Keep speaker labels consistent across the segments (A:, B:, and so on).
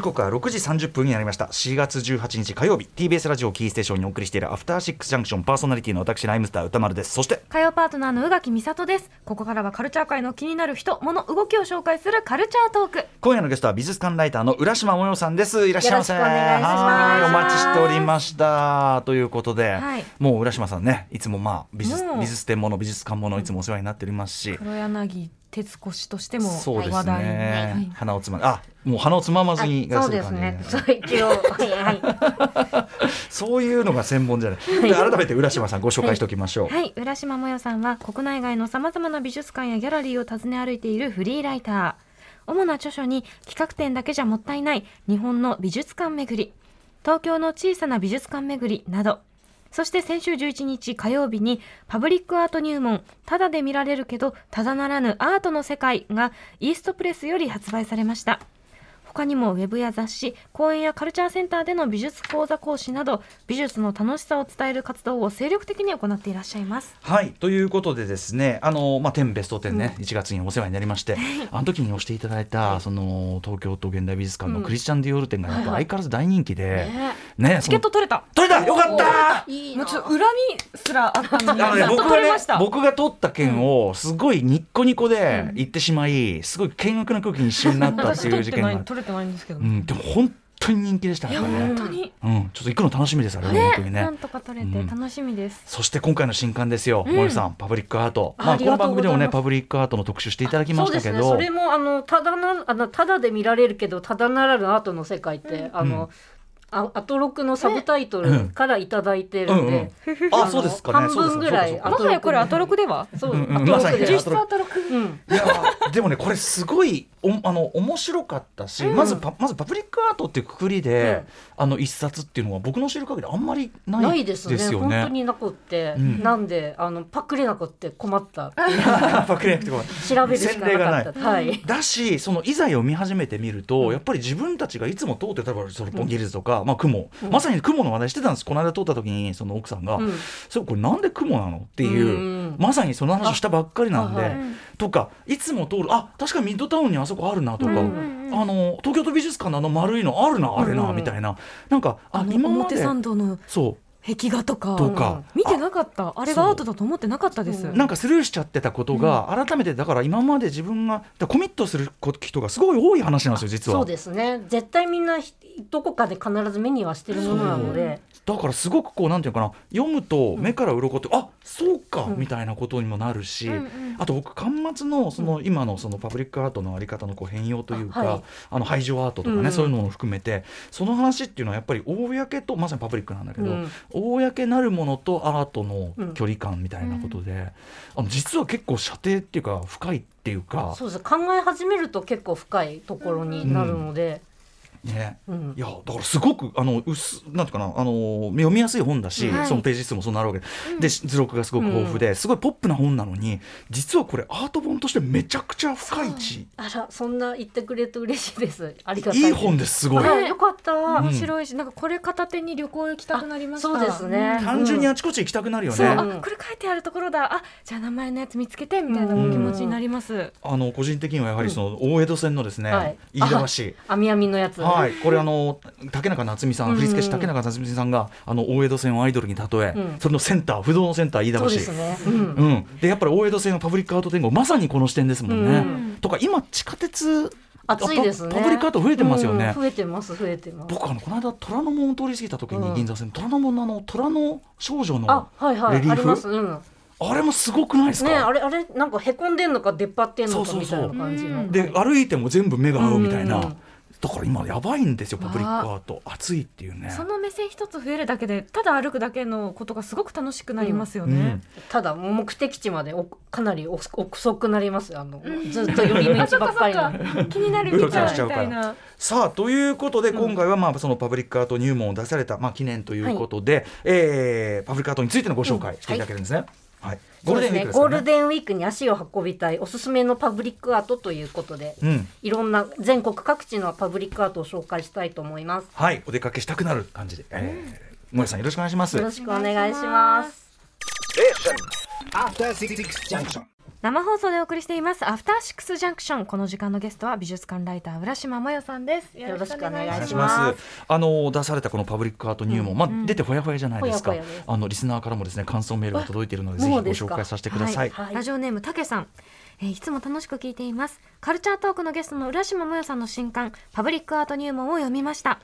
A: 刻は6時30分になりました4月18日火曜日 TBS ラジオキーステーションにお送りしているアフターシックスジャンクションパーソナリティの私ライムスター歌丸ですそして
B: 火曜パートナーの宇垣美里ですここからはカルチャー界の気になる人物動きを紹介するカルチャートーク
A: 今夜のゲストは美術館ライターの浦島もよさんですいらっしゃいませ
C: よろしくお願いします
A: はーいお待ちしておりましたということで、
B: はい
A: もう浦島さんねいつもまあ美術
B: もう
A: 美術展もの美術館ものいつもお世話になっておりますし
B: 黒柳徹子氏としても
A: そうですね、
B: 話題に、はい
A: 鼻をつまんあもう鼻をつままずに
C: そうですね。 そう一応はいはい。
A: そういうのが専門じゃない。で改めて浦島さんご紹介しておきましょう。
B: はい、浦島もよさんは国内外のさまざまな美術館やギャラリーを訪ね歩いているフリーライター主な著書に企画展だけじゃもったいない日本の美術館巡り東京の小さな美術館巡りなどそして先週11日火曜日にパブリックアート入門ただで見られるけどただならぬアートの世界がイーストプレスより発売されました他にもウェブや雑誌講演やカルチャーセンターでの美術講座講師など美術の楽しさを伝える活動を精力的に行っていらっしゃいます
A: はいということでですねあの、まあ、天ベスト10ね、1月にお世話になりましてあの時に押していただいたその東京都現代美術館のクリスチャン・ディオール展がやっぱ相変わらず大人気で、ね
B: チケット
A: その
B: 取れた
A: 取れたよかった
C: いい
B: もう
C: な
B: ちょっと恨みすらあったのに
A: あのね、
B: やっと
A: 僕は
B: 取れ
A: ね
B: ました
A: 僕が取った券をすごいニッコニコで行ってしまい、すごい険悪な空気に一瞬なったって
B: 私
A: い
B: 取
A: う
B: っ
A: 事
B: て
A: 件
B: な
A: があ
B: い
A: る、
B: 取れてないんですけど、
A: う
B: い
A: ん、でも本当に人気でしたね
B: や
A: これ
B: 本
A: ね
B: 当に、
A: うん、ちょっと行くの楽しみですあれは本当にね
B: なんとか取れて
A: うん
B: 楽しみです、
A: そして今回の新刊ですよ、森さん、パブリックアート。
B: あ
A: まあ、
B: あ
A: こ
B: り
A: の
B: がと
A: 番
B: うございます
A: 組でもね、パブリックアートの特集していただきま
C: そ
A: し
C: うで
A: た
C: す
A: け
C: ね。
A: ど。
C: それもあのただなあのただで見られるけどただならぬアートの世界って、あの。あアトロクのサブタイトルからいただいてる
A: うん
C: んで、
A: うんあそうですかね
C: あの半分ぐらい
A: そうかそうかそうか
B: も
C: アト
B: は
C: ロク
B: やこれアトロクでは
C: そう、
A: うんうん
C: アトロク
A: まさ
C: で
A: に
B: 実
A: アト
B: 質
A: ロク
B: アトロク
C: う
A: い
C: ん、
A: やーでもねこれすごいおあの面白かったし、まずパまずパブリックアートっていうくくりで、あの一冊っていうのは僕の知る限りあんまりない
C: ないですね
A: よ
C: 本
A: ね。
C: 当になくって、
A: うん
C: なんであのパクれなくって困ったっていう
A: パクリなくてごめん
C: 調べるしかなか
A: 前例
C: ったはい
A: だしそのいざ読み始めてみると、やっぱり自分たちがいつも通って例えばそのポンギリズとか、まあ雲、まさに雲の話題してたんですこの間通った時にその奥さんが、
C: うん
A: それこれなんで雲なのっていう、
C: うん
A: まさにその話をしたばっかりなんで、
C: あはい
A: とかいつも通るあ確かミッドタウンにあそこあるなとか、
B: うんうんうん
A: あの東京都美術館のあの丸いのあるなあれな、
C: うん
A: みたいななんかあ
B: あの
A: 今ま
B: 表
A: で
B: 参道の
A: そ
B: 壁画とか
A: うとか、
B: 見てなかったあれがアートだと思ってなかったです
C: そう
A: なんかスルーしちゃってたことが、改めてだから今まで自分がだからコミットする人がすごい多い話なんですよ実は。
C: そうですね絶対みんなひどこかで必ず目にはしてるものなので
A: だからすごくこうなんていうのかな読むと目から鱗って、あそうか、みたいなことにもなるし、
B: うんうん
A: あと僕巻末のその今のそのパブリックアートのあり方のこう変容というかあ、
C: あはい
A: の排除アートとかね、
C: うん
A: そういうのも含めてその話っていうのはやっぱり公とまさにパブリックなんだけど、
C: うん
A: 公なるものとアートの距離感みたいなことで、あの実は結構射程っていうか深いっていうか、
C: そうです考え始めると結構深いところになるので、
A: ね、
C: うん
A: いやだからすごくあの薄なんていうかなあの読みやすい本だし、
B: はい
A: そのページ数もそんなあるわけで,、で図録がすごく豊富で、すごいポップな本なのに実はこれアート本としてめちゃくちゃ深いし
C: あらそんな言ってくれて嬉しいですありがたい
A: いい本ですすごい。
C: あよかった、
A: ん
B: 面白いしなんかこれ片手に旅行行きたくなりました
C: そうですね
A: 単純にあちこち行きたくなるよ
B: そう、
A: ね。
B: あこれ書いてあるところだあじゃあ名前のやつ見つけてみたいな気持ちになります、
A: あの個人的にはやはりその大江戸線のですね、
C: はい
A: 飯田橋。
C: 網網のやつ、
A: はい、これあの竹中夏実さん、
C: うん
A: 振付師竹中夏実さんがあの大江戸線をアイドルに例え、
C: うん
A: それのセンター不動のセンター飯田橋
C: そうですね、うん
A: うん、でやっぱり大江戸線はパブリックアート天国まさにこの視点ですもんね。
C: うん
A: とか今地下鉄
C: 暑いですね
A: パパブリックアート増えてますよね。
C: うん増えてます増えてます
A: 僕あのこの間虎ノ門を通り過ぎた時
C: う
A: に
C: ん
A: 銀座線、虎ノ門のあの虎の少女の
C: あ
A: あ,、
C: はいは
A: レリー
C: い
A: フ
C: ありますうん
A: れもすごくないですか、
C: ねあれあれなんかへこんでんのか出っ張ってんの
A: そう
C: か
A: そう
C: み
A: そ
C: た
A: う
C: いな感じの
A: で歩いても全部目が合うみたいな、
C: うん
A: だから今やばいんですよパブリックアート暑いっていうね。
B: その目線一つ増えるだけでただ歩くだけのことがすごく楽しくなりますよ
A: う
B: ね、
A: ん、
C: ただ目的地までおかなりお遅くなりますあの、ずっと寄り道
B: あそっ
C: ば
B: か
C: っか
B: そっ
C: り
B: か
C: な
B: 気になる
A: うろ
B: み
A: ちょろ
B: た
A: しちゃ
B: いうみ
A: から
B: たいな
A: さあということで今回はまあそのパブリックアート入門を出されたまあ記念ということで、えーパブリックアートについてのご紹介していただけるんですね。はい、 ゴー
C: そう
A: ル
C: で
A: デン
C: す
A: ウィークですか
C: ねゴールデンウィークに足を運びたいおすすめのパブリックアートということで、
A: うん
C: いろんな全国各地のパブリックアートを紹介したいと思います
A: はい、お出かけしたくなる感じで。えーもやさんよろしくお願いします
C: よ。ろしくお願いします
D: After Six Junction.
B: 生放送でお送りしていますアフターシックスジャンクションこの時間のゲストは美術館ライター浦島もよさんです
C: よろしくお願い
A: お願い
C: し
A: し
C: ます
A: ます。あの出されたこのパブリックアート入門、まあ
B: うん
A: 出てほやほやじゃないですか
C: ほやほやです。
A: あのリスナーからもですね感想メールが届いているのでぜひ
C: も
A: ご
C: うです
A: 紹
C: か
A: 介させてくだ
B: は
A: さい。
C: はい
B: ラジオネームたけさん、えーいつも楽しく聞いていますカルチャートークのゲストの浦島もよさんの新刊パブリックアート入門を読みました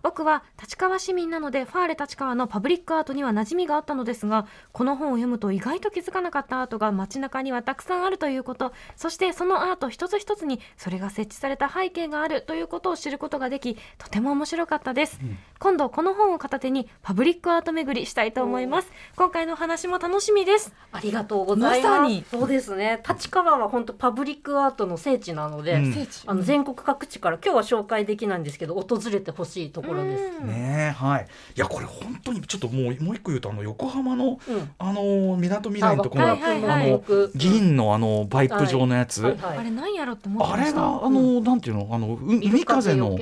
B: 僕は立川市民なのでファーレ立川のパブリックアートには馴染みがあったのですがこの本を読むと意外と気づかなかったアートが街中にはたくさんあるということそしてそのアート一つ一つにそれが設置された背景があるということを知ることができとても面白かったです、今度この本を片手にパブリックアート巡りしたいと思います今回のお話も楽しみです
C: ありがとうございます。
B: まさに
C: そうですね。立川は本当パブリックアートの聖地なので、
A: うん
C: あの全国各地から今日は紹介できないんですけど訪れてほしいところです。
B: うん
A: ねえはい。いやこれ本当にちょっともうもう一個言うとあの横浜の
C: うん。
A: あの港未来のとこ
B: あ
A: ろ
B: は
A: の
B: いはい
A: あ
B: はい
A: の議員のあのバイプ状のやつ。
B: あれなんやろって思って
A: あ
B: ま
A: れ
B: した
A: があのなんていうのあのう海風の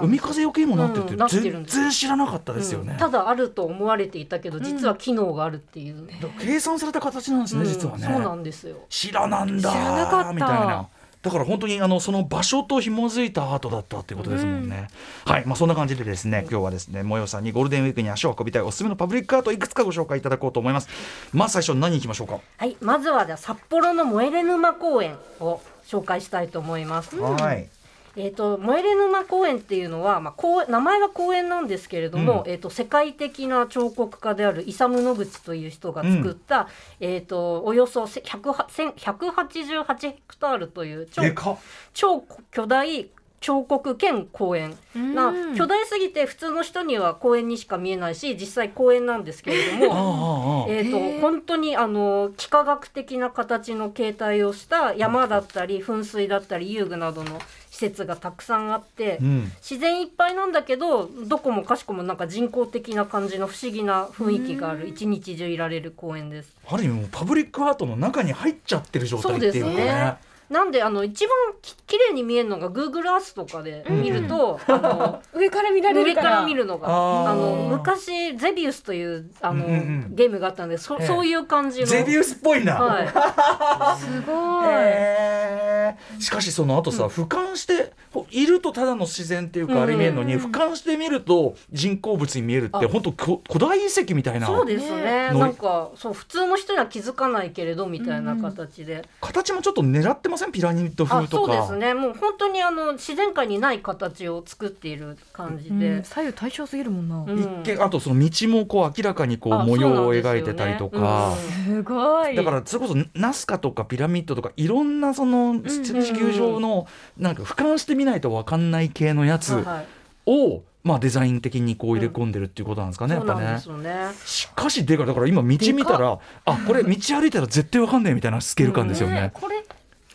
A: 海
C: 海
A: 風よけにもなってて
C: うんなってる
A: 全
C: んですよ
A: 然知らなかったですよね
C: た。だあると思われていたけど
B: ん
C: 実は機能があるっていう、ね
A: 計算された形なんですね実はね。
C: そうなんですよ
A: 知らなんだ
B: 知らなかった
A: みたいなだから本当にあのその場所と紐づいたアートだったっていうことですもんね、はいまあそんな感じでですね今日はですねもよさんにゴールデンウィークに足を運びたいおすすめのパブリックアートをいくつかご紹介いただこうと思いますまず最初何いきましょうか、
C: はいまずはじゃあ札幌の萌えれ沼公園を紹介したいと思います、
A: はい
C: えー、と萌えれ沼公園っていうのは、まあ、公園名前は公園なんですけれども、えー、と世界的な彫刻家であるイサム・ノグチという人が作った、えー、とおよそせ100は千188ヘクタールという超
A: でかっ
C: 超巨大彫刻兼公園な
B: うん
C: 巨大すぎて普通の人には公園にしか見えないし実際公園なんですけれ ど
A: ああ
C: も。
A: ああああ
B: へ
C: えー、
B: ー
C: と本当にあの幾何学的な形の形態をした山だったり噴水だったり遊具などの施設がたくさんあって
A: うん
C: 自然いっぱいなんだけどどこもかしこもなんか人工的な感じの不思議な雰囲気がある一日中いられる公園です。
A: ある意味もうパブリックアートの中に入っちゃってる状態っていうか
C: そう
A: ね
C: ですねなんであの一番き綺麗に見えるのが Google Earth とかで見ると、あの
B: 上から見られ
C: 上
B: るか
C: からら見るのが
A: あー
C: あの昔ゼビウスというあの、
A: うんうんうん
C: ゲームがあったんで
A: え
C: そ,、
A: え
C: そういう感じの
A: ゼビウスっぽいな、
C: はい、
B: すごい、
A: へーしかしその後さ、俯瞰してほいるとただの自然っていう
C: うん
A: かあれ見えるのに、
B: うん
A: 俯瞰して見ると人工物に見えるって
C: あ
A: 本当こ古代遺跡みたいな
C: そうですね
A: ね
C: なんかそう普通の人には気づかないけれどみたいな形で、
A: 形もちょっと狙ってませんピラミッド
C: あ
A: 風
C: そ
A: と
C: う
A: か
C: ですねもう本当にあの自然界にない形を作っている感じ
B: う
C: で
B: ん、左右対称すぎるもんな、
C: うん
A: 一見あとその道もこう明らかにこう
C: あ
A: 模様を
C: そうなん
A: 描
C: ですよね
A: いてたりとか。
C: うん
B: すごい
A: だからそれこそナスカとかピラミッドとかいろんなその地
B: うん
A: 地球上のなんか俯瞰してみないと分かんない系のやつ
C: はいはい
A: をまあデザイン的にこう入れ込んでるっていうことなんですかねや
C: そ
A: っ
C: う
A: ぱ
C: なん
A: ね
C: です。よね
A: しかしでかいだから今道見たらあこれ道歩いたら絶対わかんないみたいなスケール感ですよね。
B: これ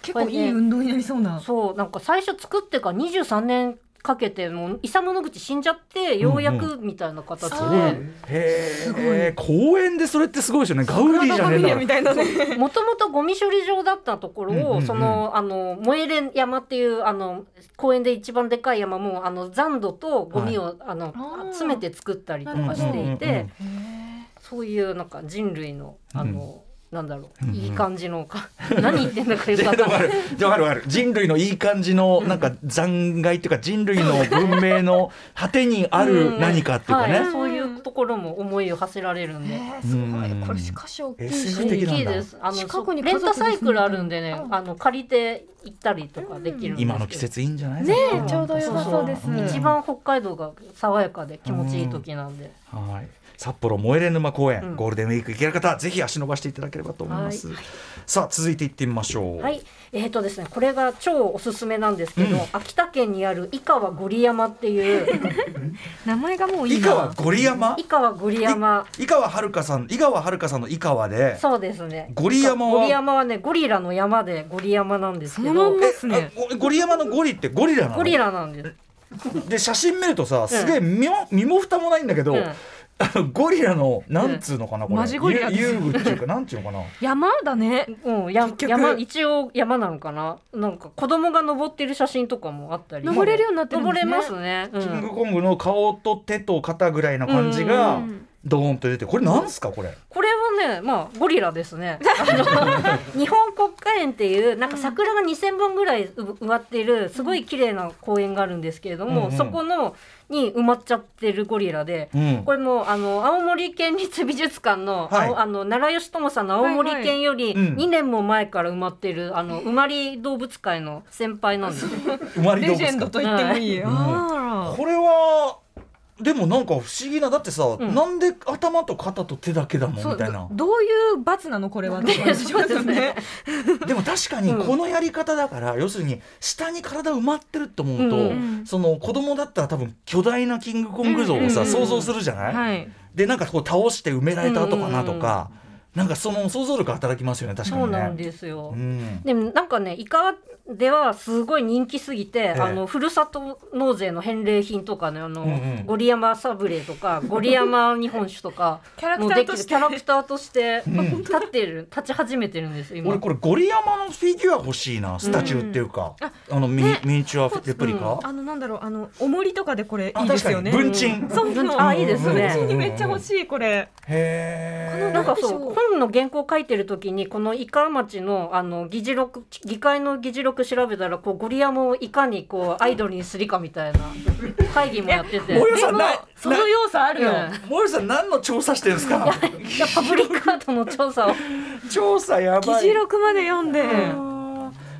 B: 結
C: 構いい
B: 運動になりそうな
C: そうなんか最初作ってから23年かけてもうイサム・ノグチ死んじゃってようやくみたいな形で、
B: うんうん
A: へえ公園でそれってすごいですよねガウディじゃねえんだから
B: たいなね
C: もともとゴミ処理場だったところを、
A: うんうんうん
C: そのあの燃えれ山っていうあの公園で一番でかい山もあの残土とゴミを、あの
B: あー
C: 詰めて作ったりと
A: うんうん
C: か
A: うん
C: していて、
A: うん
C: そういうなんか人類のあの、なんだろう、
A: うんうん
C: いい感じのか 何言ってんだかよ
A: で
C: く
A: も
C: わかんな
A: あ
C: い。
A: るでもあるある人類のいい感じのなんか残骸っていうか人類の文明の果てにある何かっていうか
C: んは
A: ね
C: い、そういうところも思いを馳せられるんで。
B: すご
A: うん
B: いこれしかし大きい
A: SF
B: し
A: 的
C: 大
A: な
C: き
A: ん
C: い
A: だ
C: です。あの、
B: 近くに
C: レ
B: 家
C: ン
B: 族
C: タサイクルあるんでね、
B: うん
C: あの借りて行ったりとかできるんですけど。
A: 今の季節いいんじゃない
B: ね
A: です
B: え
A: か
B: ちょうど良さそうです
A: ん
C: 一番北海道が爽やかで気持ちいい時なんで。
A: はい、札幌燃えれ沼公園、
C: うん
A: ゴールデンウィーク行ける方はぜひ足伸ばしていただければと思います、さあ続いていってみましょう、
C: はい、えーとですね、これが超おすすめなんですけど、
A: うん
C: 秋田県にある伊川ゴリ山っ ていう。
B: 名前がもういい
A: 伊
B: な
A: 川ゴリ山
C: 伊川ゴリ山。
A: 井川遥さん井川遥さんの井川で
C: そうですね。
A: ゴリ山は
C: ゴリ山はね、ゴリラの山でゴリ山なんですけ
B: その
C: ど
B: ま。んまっすね
A: えあゴゴリ山のゴリってゴリラなの
C: ゴリラなんです。
A: で写真見るとさすげえ身も,、身も蓋もないんだけど、
C: うん
A: あのゴリラのなんつうのかなこれ、
B: マジゴリラです
A: ゆ遊具っていうかなんていうのかな
B: 山だね
C: うん、や
B: 結局
C: 山一応山なのかななんか子供が登ってる写真とかもあったり
B: 登れるようになってるんですね
C: 登れますね、う
A: キング
C: ん、
A: コングの顔と手と肩ぐらいの感じ
C: あ
A: が
B: うん
A: ドーンと出てこれなんすかこれ
C: これはねまあゴリラです ねあの日本国家園っていうなんか桜が2,000本ぐらいう植わってるすごい綺麗な公園があるんですけれども、
A: うんうん
C: そこのに埋まっちゃってるゴリラで、
A: うん
C: これもあの青森県立美術館の,、
A: はい
C: あの奈良義友さんの青森県より
A: はいはいうん
C: 2年も前から埋まってる、あのうまり動物会の先輩なんですね。
A: 生まれど
D: レ
A: う
D: ジ
A: で
D: ェ
A: す
D: ンド
A: か
D: と言ってもいい。
A: ん
D: あ
A: これはでもなんか不思議なだってさ、
C: ん
A: なんで頭と肩と手だけだもん
D: あ。
A: み
D: そう
A: たいな
D: どどういう罰なのこれは。
C: ねそうですね。
A: でも確かに
C: うん
A: このやり方だから、要するに下に体埋まってると思うと、
C: うんうん
A: その子供だったら多分巨大なキングコング像をさ、
C: うんうんうん
A: 想像するじゃない、
B: はい。
A: でなんかこう倒して埋められた跡かなとか、なんかその想像力働きますよね確かに
C: そ
A: ね。
C: うなんですよ。
A: うん
C: でもなんかねイカではすごい人気すぎて、
A: え
C: あのふるさと納税の返礼品とかねあの、
A: うんうん
C: ゴリヤマサブレ とかゴリヤマ日本酒とか
D: キャラク
C: もう
D: ター
C: でき
D: と
C: る
D: し
C: キ
D: て
C: ャラクターとして
A: うん
C: 立ってる、立ち始めてるんです今
A: 俺これゴリ山のフィギュア欲しいなスタチューっていうか、あのミニ,、
D: ね
A: ミニチュアレプリカ、
D: あのなんだろうあの重りとかでこれい
A: あ
D: いで
A: 確
D: す
A: か
D: よ
A: に
D: ね。
A: 文鎮
D: そうそう
C: あいいです
D: う
C: ね
D: ちにめっちゃ欲しいこれ。
A: へえ
C: なんかそう本の原稿書いてる時にこのイカ町のあの議事録議会の議事録調べたらこうゴリヤマをいかにこうアイドルにするかみたいな会議もやってて
A: およさんない
D: その要素あるよ。
C: うん
A: 森さん何の調査してるんですか
C: いやパブリックアートの調査を
A: 調査や
D: 議
A: ばい
D: 事録まで読んで。
A: あー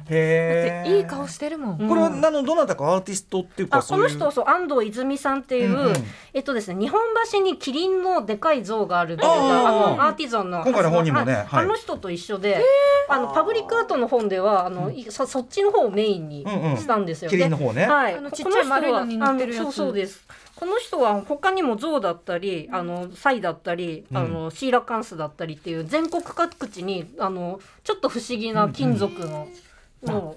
A: へえ
B: だっていい顔してるもん。
A: これはなのどなたかアーティストっていうか
C: あこの人はそう安藤泉さんってい
A: う
C: う、
A: んうん
C: えっとですね日本橋にキリンのでかい像があるっていう
A: あー
C: あのアーティゾンの
A: 今回の本にもね
C: あ
A: はい
C: あの人と一緒で、あのパブリックアートの本ではあのいそそっちの方をメインに
A: うんうん
C: したんですよ。
A: キリンの
C: で
A: 方ね、
C: はい、
B: あのちっちゃい丸いのに塗ってるやつ
C: この人はあのそうそうです。この人は他にも象だったり、あのサイだったり、あのシーラカンスだったりっていう全国各地にあのちょっと不思議な金属の、も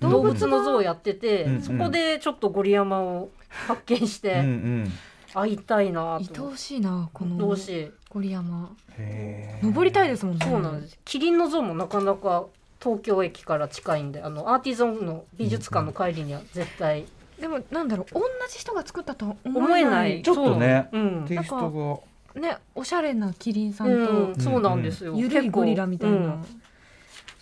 C: う動物の像をやってて、
A: うんうん
C: そこでちょっとゴリ山を発見して、
A: うんうん
C: 会いたいなと
B: 愛
C: 思っ
B: おしいなこ
C: て。
B: の
C: どうしい
B: ゴリ山。
A: へー
B: 登りたいですもんね。
C: そうなんです。キリンの像もなかなか東京駅から近いんで、あのアーティゾンの美術館の帰りには絶対
B: でもなんだろう同じ人が作ったとは思
C: 思え
B: え
C: な。
B: ないい
A: ちょっとね
C: そううん。
A: テイスト
B: ねおしゃれなキリンさん
C: うん
B: と、
C: そうなんですよ。
B: ゆるいゴリラみたいな、
C: 結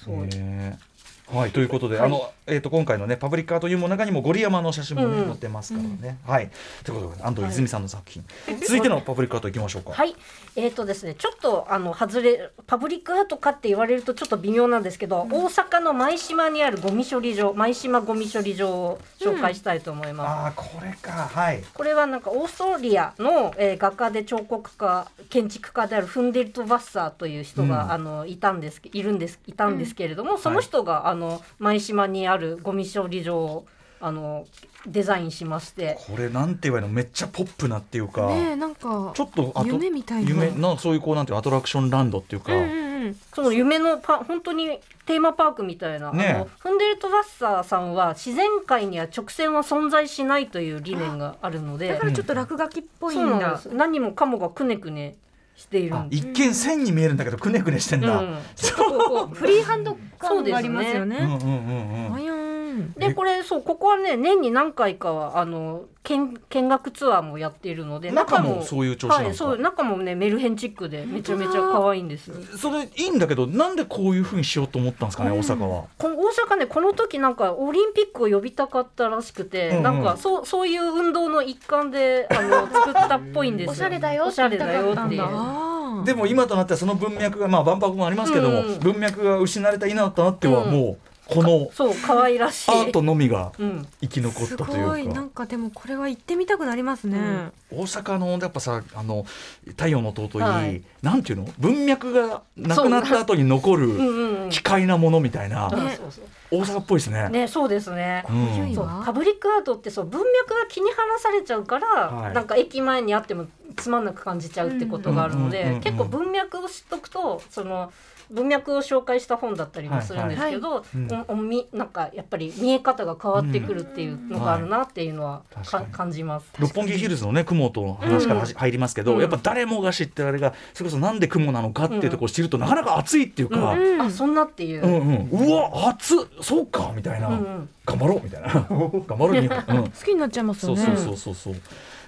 C: 構うん
A: が、
C: そ
A: へ
C: う
A: ーはいということで、
C: はい
A: あのえっ、と今回のねパブリックアートいうもの中にもゴリ山の写真もね、
C: うん
A: 載ってますからね、はいということで安藤泉さんの作品、続いてのパブリックアートいきましょうか、
C: はい、えっ、とですね、ちょっとあの外れパブリックアートかって言われるとちょっと微妙なんですけど、大阪の舞島にあるゴミ処理場、舞島ゴミ処理場を紹介したいと思います。
A: ああこれかはい
C: これはなんかオーストリアの、えー画家で彫刻家建築家であるフンデルト・バッサーという人が、
A: うん
C: あのいたんですいるんですいたんですけれども、その人が、あの舞島にあるゴミ処理場をあのデザインしまして
A: これなんて言えばいいのめっちゃポップなっていうか、
B: ねえなんか
A: ちょっとあと
B: 夢みたいな
A: 夢なそういうこうなんていうのアトラクションランドっていうか、
B: うんうんうん
C: その夢のパ本当にテーマパークみたいな、
A: ねえ
C: あのフンデルト・バッサーさんは自然界には直線は存在しないという理念があるの
B: だ
C: で
B: からちょっと落書きっぽい
C: そ
B: ん
C: うなん
B: だ
C: です何もかもがくねくねしている
A: あ
C: んです。
A: 一見線に見えるんだけどくねくねしてんだ、
C: うん
B: こうフリーハンド感がありますよ
A: うんうん
B: ね。
A: うんう
B: あ
A: ん
B: やん
A: え
C: でこれそうここはね年に何回かはあの見見学ツアーもやっているので
A: 中もそういう調子なのか
C: はい、そう中もねメルヘンチックでめちゃめちゃ可愛いんですよ
A: それいいんだけどなんでこういうふうにしようと思ったんですかね、大阪は
C: この大阪ねこの時なんかオリンピックを呼びたかったらしくて、
A: うんうん
C: なんかそうそういう運動の一環であ の作ったっぽいんですよ
B: おしゃれだよ
C: おしゃれだよっていう
B: あー
A: でも今となってはその文脈がまあ万博もありますけども、
C: うんうん
A: 文脈が失われた今となっては
C: うん
A: もうこの
C: そう可愛らしい
A: アートのみが
C: うん
A: 生き残った
B: す
A: というか
B: ごいなんかでもこれは行ってみたくなりますね。
C: うん
A: 大阪のやっぱさあの太陽の塔といい、
C: はい
A: なんていうの文脈がなくなった後に残
C: うん
A: る
C: うんうん
A: 奇怪なものみたいな、
C: そう
B: ね
C: そうそう
A: 大阪っぽいですね。
C: ねそうですね
A: う
B: こうい
A: ん
B: う
C: そう
B: わ
C: パブリックアートってそう文脈が気に離されちゃうから、
A: はい
C: なんか駅前にあってもつまんなく感じちゃうってことがあるので、
A: うんうんうんうん
C: 結構文脈を知っとくとその文脈を紹介した本だったりもするんですけど、
A: いはい
C: おおみなんかやっぱり見え方が変わってくるっていうのがあるなっていうのは、
A: うんはい確
C: か
A: かに
C: 感じます。
A: 六本木ヒルズのね雲との話からはじ入りますけど、
C: うん
A: やっぱ誰もが知ってあれがそれこそなんで雲なのかっていうところを知るとなかなか熱いっていうか、
B: ん
C: あそんなっていう、
A: うんうんうわ熱っそうかみたいな、
C: うんうん
A: 頑張ろうみたいな頑張ろう日本うん
B: 好きになっちゃいます
A: そ
B: よ
A: う
B: ね
A: そうそうそうそう。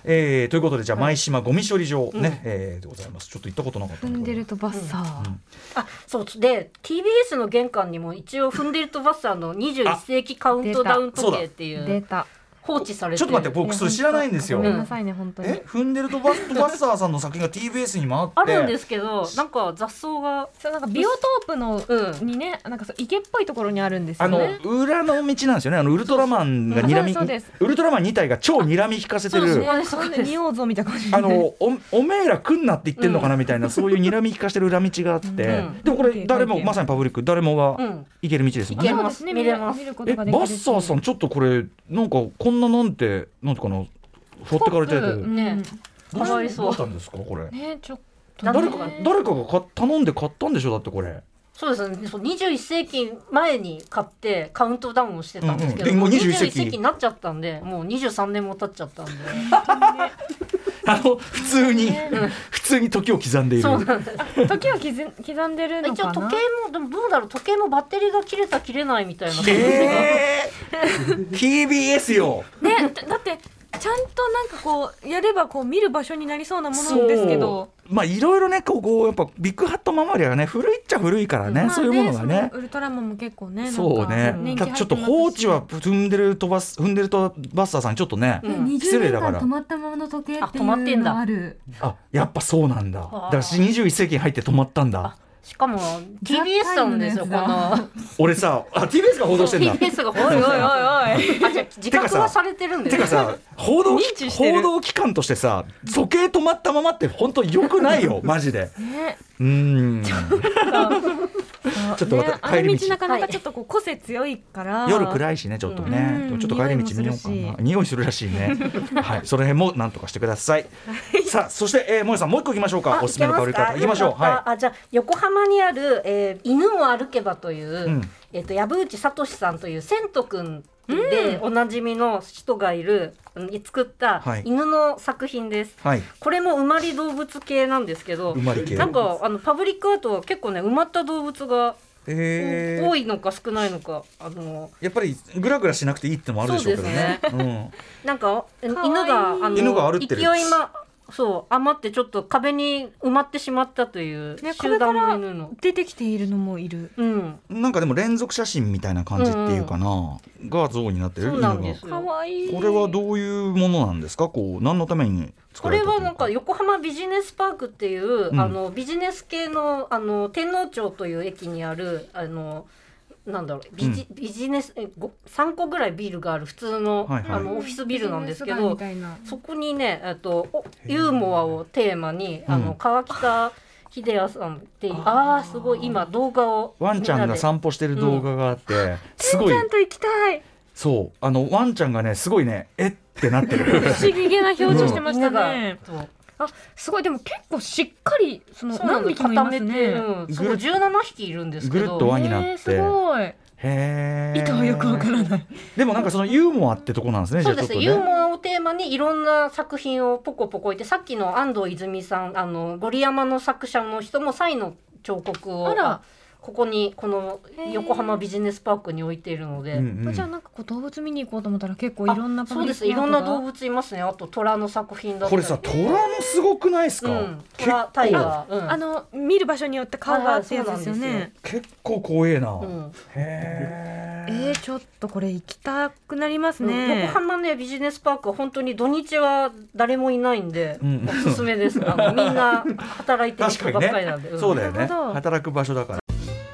A: えーということでじゃあ舞島ゴミ処理場ね、えーでございます。ちょっと行ったことなかった
B: 踏
A: な。
B: んで
A: これ
B: るとバッサー、
C: あそうで TBS の玄関にも一応踏んでるとバスさんの21世紀カウントダウン時計ってい
B: デ
C: う
B: ータ
C: 放置されて
A: ちょっと待って僕それ知らないんですよ
B: ごめんなさいね本当に
A: え踏んでるとバットバッサーさんの作品が TBS に回って
C: あるんですけどなんか雑草が
D: そうなんかビオトープの
C: うん
D: にね、なんかそう池っぽいところにあるんです
A: あ
D: よ
A: の
D: ね。
A: 裏の道なんですよねあのウルトラマンが睨み
D: そうですそう
A: ウルトラマン2体が超睨み引かせて
C: そうです
A: る
C: ね。あれ
D: そうで匂うぞみたいな感じで。
A: あのおおめえら来んなって言ってんのかなみたいな、そういう睨み引かしてる裏道があって、
C: ん
A: でもこ
D: う
A: れ
D: ん
A: 誰もまさにパブリック誰も
C: う
A: が
C: ん
A: 行ける道ですもんね
C: 行け。
D: そうですね、
C: 見
D: 見
C: れ
D: れ
C: ます
D: 見ること
A: え
D: が
A: バ
D: できる
A: ッサーさんちょっとこれなんかこんななんてなんていうかなほってかれてて
D: うん
C: ね
A: ど
C: かわいそう
A: どうしたんですかこれ
D: ね、ちょっと
C: なん
A: 誰
C: で
A: か誰かが買っ頼んで買ったんでしょだってこれ
C: そうですねそう21世紀前に買ってカウントダウンをしてたんですけど、
A: うんうんでもう21
C: 21
A: 世紀
C: 世紀になっちゃったんでもう23年も経っちゃったんで
A: あの普通に普通に時を刻んでいる
C: そうなんです
D: 時を刻ん刻んでるの
C: 一応
D: か
C: 時
D: な
C: 計。もでもどうだろう時計もバッテリーが切れた切れないみた いな感じが、
A: えー TBS よ
D: ね、だだってちゃんとなんかこうやればこう見る場所になりそうなものですけど。
A: まあいろいろねこうこうやっぱビッグハット周りはね古いっちゃ古いからね、
D: まあ
A: そういうものが
D: そ
A: ね
D: ウルトラマンも結構ね、
A: そう
D: な
A: ね
D: んか
A: た
D: 年季入てます
A: だ
D: し
A: ちょっと放置は踏んでる飛ばす踏んでるとバッサーさんちょっとね、
C: うん
A: 失
E: 20
A: 礼
E: 年
A: だから
E: 間止まったままの時計ってい
C: あ止まって
E: うん
C: だ
E: のがある
A: あやっぱそうなんだだ
C: あー
A: から私21世紀に入って止まったんだ
C: しかも TBS さんですよこ
E: ザ
C: の
A: 俺さあ TBS が報道してんだ
C: TBS が
D: おいおいおいおい。
C: あじゃあ自覚はされてるんで
A: て
C: す
A: か
C: よ
A: さ報道
D: 認知してる
A: 報道機関としてさ時計止まったままって本当良くないよマジで
D: ね、
A: うーん
D: ち
A: ちょっと待って
D: あ
A: 帰
D: の
A: り
D: 道
A: 道
D: なかなかちょっとこう個性強いから。
A: 夜
D: い。
A: 暗いしねちょっと
D: う
A: ね
D: ん
A: でもちょっと帰り道見ようかな匂いするらしいね はいその辺もなんとかしてくださいさあそしてえーもえさんもう一個いきましょうかおすすめの香
C: 行け
A: り
C: ます
A: 方いきましょう
C: よかっ
A: は
C: たあじゃあ横浜にある、えー犬を歩けばという、
A: ん
C: えっ、と藪内聡さんという千とくんでおなじみの人がいる、うん作った
A: はい
C: 犬の作品です。
A: いはい
C: これも生まれ動物系なんですけど、
A: 生まれ系
C: なんかあのパブリックアートは結構ね埋まった動物が
A: え
C: 多
A: ー
C: いのか少ないのか、あの
A: やっぱりグラグラしなくていいってのもあるでしょうけどね
C: なんか犬が
D: いい
C: あの
A: 犬が歩いてる
C: 勢いまそう余ってちょっと壁に埋まってしまったという
D: ね
C: 集団の犬の、
D: 出てきているのもいる。
C: うん
A: うんなんかでも連続写真みたいな感じっていうかなが像になってる
C: そう
A: 犬
C: な
A: が
C: んです
D: 可
C: よ。
D: 愛い
A: これはどういうものなんですかこう何のために
C: こ
A: 作ら
C: れ
A: れたとい
C: は
A: う
C: なんか横浜ビジネスパークっていう、
A: うん
C: あのビジネス系のあの天皇町という駅にあるあのなんだろうビジ,、ビジネスえご3個ぐらいビルがある普通の,、
A: はいはい
C: あのオフィスビルなんですけど、
D: みたいな。
C: そこにね、えっと、おユーモアをテーマに、あ
A: うん
C: の、川北秀哉さんって、ああー、すごい、今動画を。
A: ワンちゃんが
C: みな
A: 散歩してる動画があって、すごい
D: ちゃんと行きたい。
A: そうあのワンちゃんがねすごいねえってなって る
D: 不思議げな表情して
C: で
D: ました
C: 犬が
D: ね。
C: そう
D: あ、すごいでも結構しっかりその
C: そうな
D: 何
C: の
D: 匹もい
C: 固
D: ます
C: め
D: ね。
C: て、
D: ね
C: うん、そこ
A: ぐる
C: 17匹いるんですけ
A: ぐるっと
C: ど
A: 輪になって、
D: えすごい。
A: へえ
D: 意図はよくわからない。
A: でもなんかそのユーモアってとこなんですね
C: そうです、
A: じゃあち
C: ユ
A: ょっ
C: ー
A: とね
C: モアをテーマにいろんな作品をポコポコいてさっきの安藤泉さんあのゴリ山の作者の人も「サイの彫刻を」
D: あら
C: あここにこの横浜ビジネスパークに置いているので、
A: うんうん
D: じゃあなんかこう動物見に行こうと思ったら結構いろんな
C: あ
D: パ
C: そ
D: ブ
C: う
D: リ
C: で
D: ッ
C: す
D: ク
C: いろんな動
D: 物
C: 物いますねあと虎の作品だっ
A: こ
C: た
A: れ
C: り
A: さ虎もすごくないですか、
C: うん
A: 結
C: 虎タイ
A: 構
C: ガー、うん、
D: あの見る場所によって顔があってやつですよ
C: はいはい
D: ね。
A: 結構怖えな、
C: うん
A: へ
D: えー、ちょっとこれ行きたくなりますね
C: 横。浜ねビジネスパークは本当に土日は誰もいないんで、
A: うん
C: おすすめですあのみんな働いてる人
A: 確
C: ば
A: か
C: っ
A: に
C: かり
A: ね
C: なんで、ん
A: そうだよね
D: なるほど
A: 働く場所だから